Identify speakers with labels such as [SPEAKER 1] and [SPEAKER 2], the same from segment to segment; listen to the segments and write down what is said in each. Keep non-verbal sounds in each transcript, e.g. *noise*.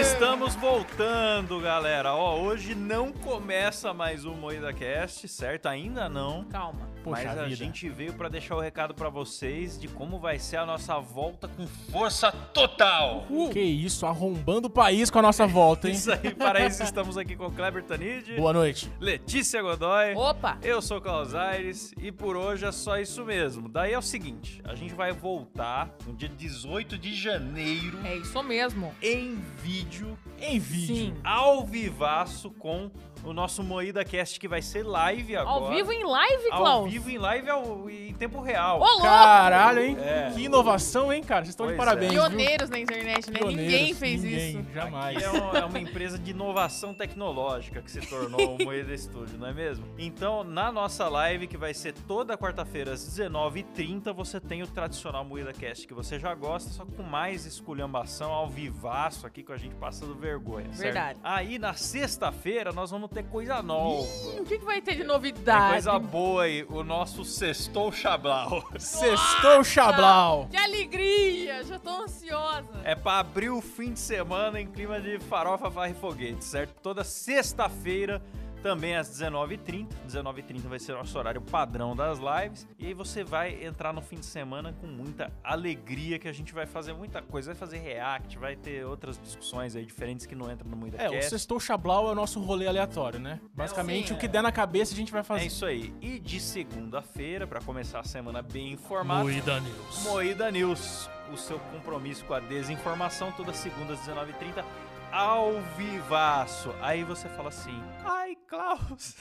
[SPEAKER 1] Estamos voltando, galera. Ó, hoje não começa mais um Moída Cast, certo? Ainda não.
[SPEAKER 2] Calma.
[SPEAKER 1] mas
[SPEAKER 3] Poxa
[SPEAKER 1] a
[SPEAKER 3] vida.
[SPEAKER 1] gente veio pra deixar o recado pra vocês de como vai ser a nossa volta com força total.
[SPEAKER 3] Que isso, arrombando o país com a nossa volta, hein?
[SPEAKER 1] Isso aí, para isso estamos aqui com Kleber Tanid,
[SPEAKER 3] Boa noite.
[SPEAKER 1] Letícia Godoy.
[SPEAKER 2] Opa!
[SPEAKER 1] Eu sou o Klaus Aires e por hoje é só isso mesmo. Daí é o seguinte, a gente vai voltar no dia 18 de janeiro
[SPEAKER 2] É isso mesmo.
[SPEAKER 1] em vídeo,
[SPEAKER 3] Em vídeo.
[SPEAKER 2] Sim.
[SPEAKER 1] ao vivaço com o nosso Moída Cast que vai ser live agora.
[SPEAKER 2] Ao vivo em live,
[SPEAKER 1] Ao
[SPEAKER 2] Klaus.
[SPEAKER 1] vivo em live ao- em tempo real.
[SPEAKER 2] Ô, louco!
[SPEAKER 3] Caralho, hein?
[SPEAKER 1] É.
[SPEAKER 3] Que inovação, hein, cara? Vocês estão de
[SPEAKER 1] Pois é.
[SPEAKER 3] parabéns, viu?
[SPEAKER 2] Pioneiros na internet, né? ninguém
[SPEAKER 3] Pioneiros,
[SPEAKER 2] fez
[SPEAKER 3] ninguém,
[SPEAKER 2] isso.
[SPEAKER 3] Jamais.
[SPEAKER 1] Aqui é, um- é uma empresa de inovação tecnológica que se tornou o Moeda Estúdio, não é mesmo? Então, na nossa live, que vai ser toda quarta-feira às 19h30, você tem o tradicional Moeda Cast que você já gosta, só com mais esculhambação ao vivaço aqui com a gente passando vergonha. certo?
[SPEAKER 2] Verdade.
[SPEAKER 1] Aí, na sexta-feira, nós vamos ter coisa nova.
[SPEAKER 2] O que, que vai ter de
[SPEAKER 1] Tem
[SPEAKER 2] novidade?
[SPEAKER 1] É coisa boa aí, o nosso Sextou Chablau.
[SPEAKER 3] Sextou Chablau.
[SPEAKER 2] Que alegria! Já tô ansiosa.
[SPEAKER 1] É pra abrir o fim de semana em clima de farofa, varre e foguete, certo? Toda sexta-feira, também às 19h30. 19h30 vai ser nosso horário padrão das lives. E aí você vai entrar no fim de semana com muita alegria, que a gente vai fazer muita coisa. Vai fazer react, vai ter outras discussões aí diferentes que não entram no Muita
[SPEAKER 3] É, o Sextou Chablau é o nosso rolê aleatório, né? Basicamente,
[SPEAKER 2] sim, é.
[SPEAKER 3] o que der na cabeça a gente vai
[SPEAKER 1] É
[SPEAKER 3] fazer.
[SPEAKER 1] isso aí. E de segunda-feira, pra começar a semana bem informado,
[SPEAKER 3] News.
[SPEAKER 1] Moída News, o seu compromisso com a desinformação, toda segunda às 19h30, ao vivaço. Aí você fala assim, ai, Klaus.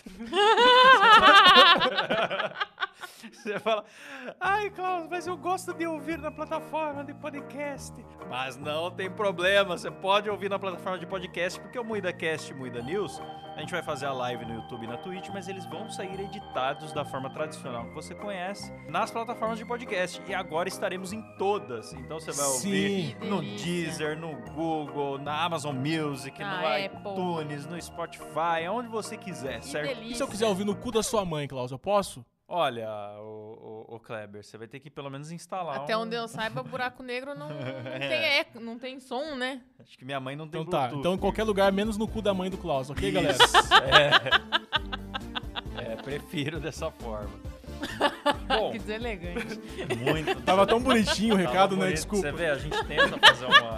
[SPEAKER 1] *laughs* você fala, ai, Klaus, mas eu gosto de ouvir na plataforma de podcast. Mas não tem problema, você pode ouvir na plataforma de podcast, porque o Moída Cast e Moída News, a gente vai fazer a live no YouTube e na Twitch, mas eles vão sair editados da forma tradicional que você conhece nas plataformas de podcast. E agora estaremos em todas. Então você vai ouvir
[SPEAKER 3] Sim.
[SPEAKER 2] Que
[SPEAKER 1] no
[SPEAKER 2] delícia.
[SPEAKER 1] Deezer, no Google, na Amazon Music,
[SPEAKER 2] Na
[SPEAKER 1] no
[SPEAKER 2] Apple.
[SPEAKER 1] iTunes, no Spotify, onde você quiser,
[SPEAKER 2] Ah, é, Que
[SPEAKER 1] tá certo?
[SPEAKER 2] delícia.
[SPEAKER 3] E se eu quiser ouvir no cu da sua mãe, Klaus, eu posso?
[SPEAKER 1] Olha, o, o, Kleber, você vai ter que pelo menos instalar
[SPEAKER 2] Até
[SPEAKER 1] um... É.
[SPEAKER 2] onde eu saiba, buraco
[SPEAKER 1] *laughs*
[SPEAKER 2] negro não, não tem eco, não tem som, né?
[SPEAKER 1] Acho que minha mãe não tem
[SPEAKER 3] Então tá.
[SPEAKER 1] Bluetooth.
[SPEAKER 3] Então em qualquer lugar, menos no cu da mãe do Klaus, ok, galera?
[SPEAKER 1] É. É, prefiro dessa
[SPEAKER 2] *laughs*
[SPEAKER 1] forma. Bom,
[SPEAKER 2] Que deselegante.
[SPEAKER 1] muito.
[SPEAKER 3] Tava tão bonitinho o
[SPEAKER 1] Tava
[SPEAKER 3] recado, né?
[SPEAKER 1] bonito.
[SPEAKER 3] Desculpa.
[SPEAKER 1] Você vê, a gente tenta fazer uma,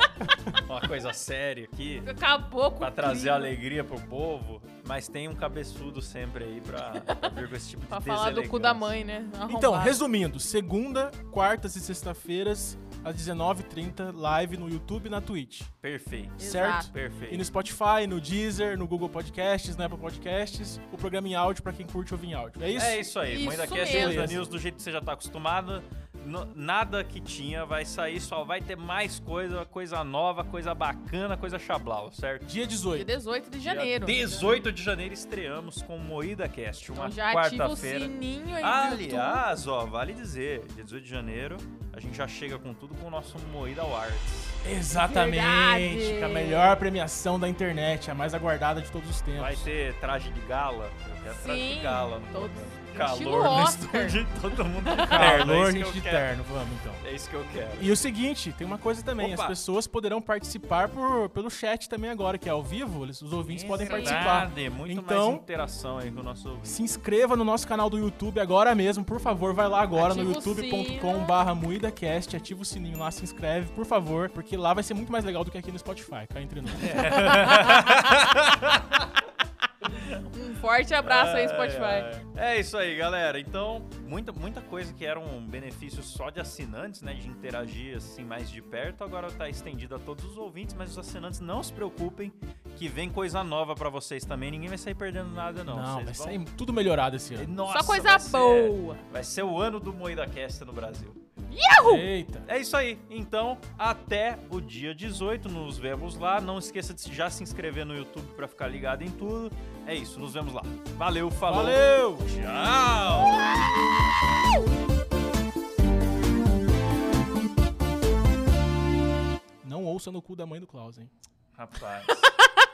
[SPEAKER 1] uma coisa séria aqui.
[SPEAKER 2] Acabou com
[SPEAKER 1] Pra
[SPEAKER 2] o
[SPEAKER 1] trazer
[SPEAKER 2] clima.
[SPEAKER 1] alegria pro povo, mas tem um cabeçudo sempre aí pra, pra vir com esse tipo de
[SPEAKER 2] Pra falar do cu da mãe, né?
[SPEAKER 3] Então,
[SPEAKER 2] Arrombado.
[SPEAKER 3] resumindo, segunda, quartas e sexta-feiras, às 19h30, live no YouTube e na Twitch.
[SPEAKER 1] Perfeito.
[SPEAKER 3] Certo?
[SPEAKER 1] Perfeito.
[SPEAKER 3] E no Spotify, no Deezer, no Google Podcasts, na Apple Podcasts, o programa em áudio pra quem curte ouvir em áudio. É isso?
[SPEAKER 1] É isso aí. Mãe da
[SPEAKER 2] Isso
[SPEAKER 1] Cast Moída
[SPEAKER 3] mesmo.
[SPEAKER 1] News do jeito que você já tá acostumado. No- nada que tinha vai sair, só vai ter mais coisa, coisa nova, coisa bacana, coisa chablau, certo?
[SPEAKER 3] Dia
[SPEAKER 2] Dia
[SPEAKER 3] 18.
[SPEAKER 2] 18 de janeiro.
[SPEAKER 1] Dia 18 de janeiro estreamos com Moída Cast, uma
[SPEAKER 2] Então já ativa o
[SPEAKER 1] quarta-feira.
[SPEAKER 2] sininho aí do YouTube.
[SPEAKER 1] Aliás, ó, vale dizer, dia 18 de janeiro, a gente já chega com tudo com o nosso Moída Awards.
[SPEAKER 3] Exatamente.
[SPEAKER 2] Verdade.
[SPEAKER 3] com A melhor premiação da internet, a mais aguardada de todos os tempos.
[SPEAKER 1] Vai ter traje de gala, eu quero traje de
[SPEAKER 2] Sim,
[SPEAKER 1] gala.
[SPEAKER 2] todos. Estilo
[SPEAKER 1] Calor no
[SPEAKER 2] Oscar.
[SPEAKER 1] estúdio, todo mundo de terno, é
[SPEAKER 3] Calor,
[SPEAKER 1] isso que
[SPEAKER 3] gente
[SPEAKER 1] eu
[SPEAKER 3] de
[SPEAKER 1] quero.
[SPEAKER 3] terno. Vamos então.
[SPEAKER 1] É isso que eu quero.
[SPEAKER 3] E o seguinte, tem uma coisa também,
[SPEAKER 1] Opa.
[SPEAKER 3] as pessoas poderão participar por- pelo chat também agora, que é ao vivo, eles- os ouvintes podem
[SPEAKER 1] é
[SPEAKER 2] Verdade.
[SPEAKER 3] participar.
[SPEAKER 1] Verdade, Muito
[SPEAKER 3] Então-
[SPEAKER 1] mais interação aí com o nosso ouvinte.
[SPEAKER 3] Se inscreva no nosso canal do YouTube agora mesmo, por favor, vai lá agora no
[SPEAKER 2] Ativa o
[SPEAKER 3] youtube.com/barra muidacast, ativa o sininho lá, se inscreve, por favor, porque lá vai ser muito mais legal do que aqui no Spotify, cá
[SPEAKER 1] *laughs*
[SPEAKER 3] entre nós.
[SPEAKER 1] É,
[SPEAKER 2] Um forte abraço aí, Spotify.
[SPEAKER 1] É isso aí, galera. Então, muita, muita coisa que era um benefício só de assinantes, né? De interagir assim mais de perto, agora tá estendido a todos os ouvintes, mas os assinantes não se preocupem que vem coisa nova pra vocês também. Ninguém vai sair perdendo nada, não.
[SPEAKER 3] Não, vai
[SPEAKER 1] Vocês
[SPEAKER 3] sair tudo melhorado esse ano.
[SPEAKER 1] Nossa,
[SPEAKER 2] Só coisa
[SPEAKER 1] vai ser-
[SPEAKER 2] boa.
[SPEAKER 1] Vai ser o ano do Moída Cast no Brasil.
[SPEAKER 3] Eita.
[SPEAKER 1] É isso aí. Então, até o dia 18, nos vemos lá. Não esqueça de já se inscrever no YouTube pra ficar ligado em tudo. É isso, nos vemos lá. Valeu, falou.
[SPEAKER 3] Valeu!
[SPEAKER 1] Tchau.
[SPEAKER 3] Não ouça no cu da mãe do Klaus, hein?
[SPEAKER 1] Rapaz.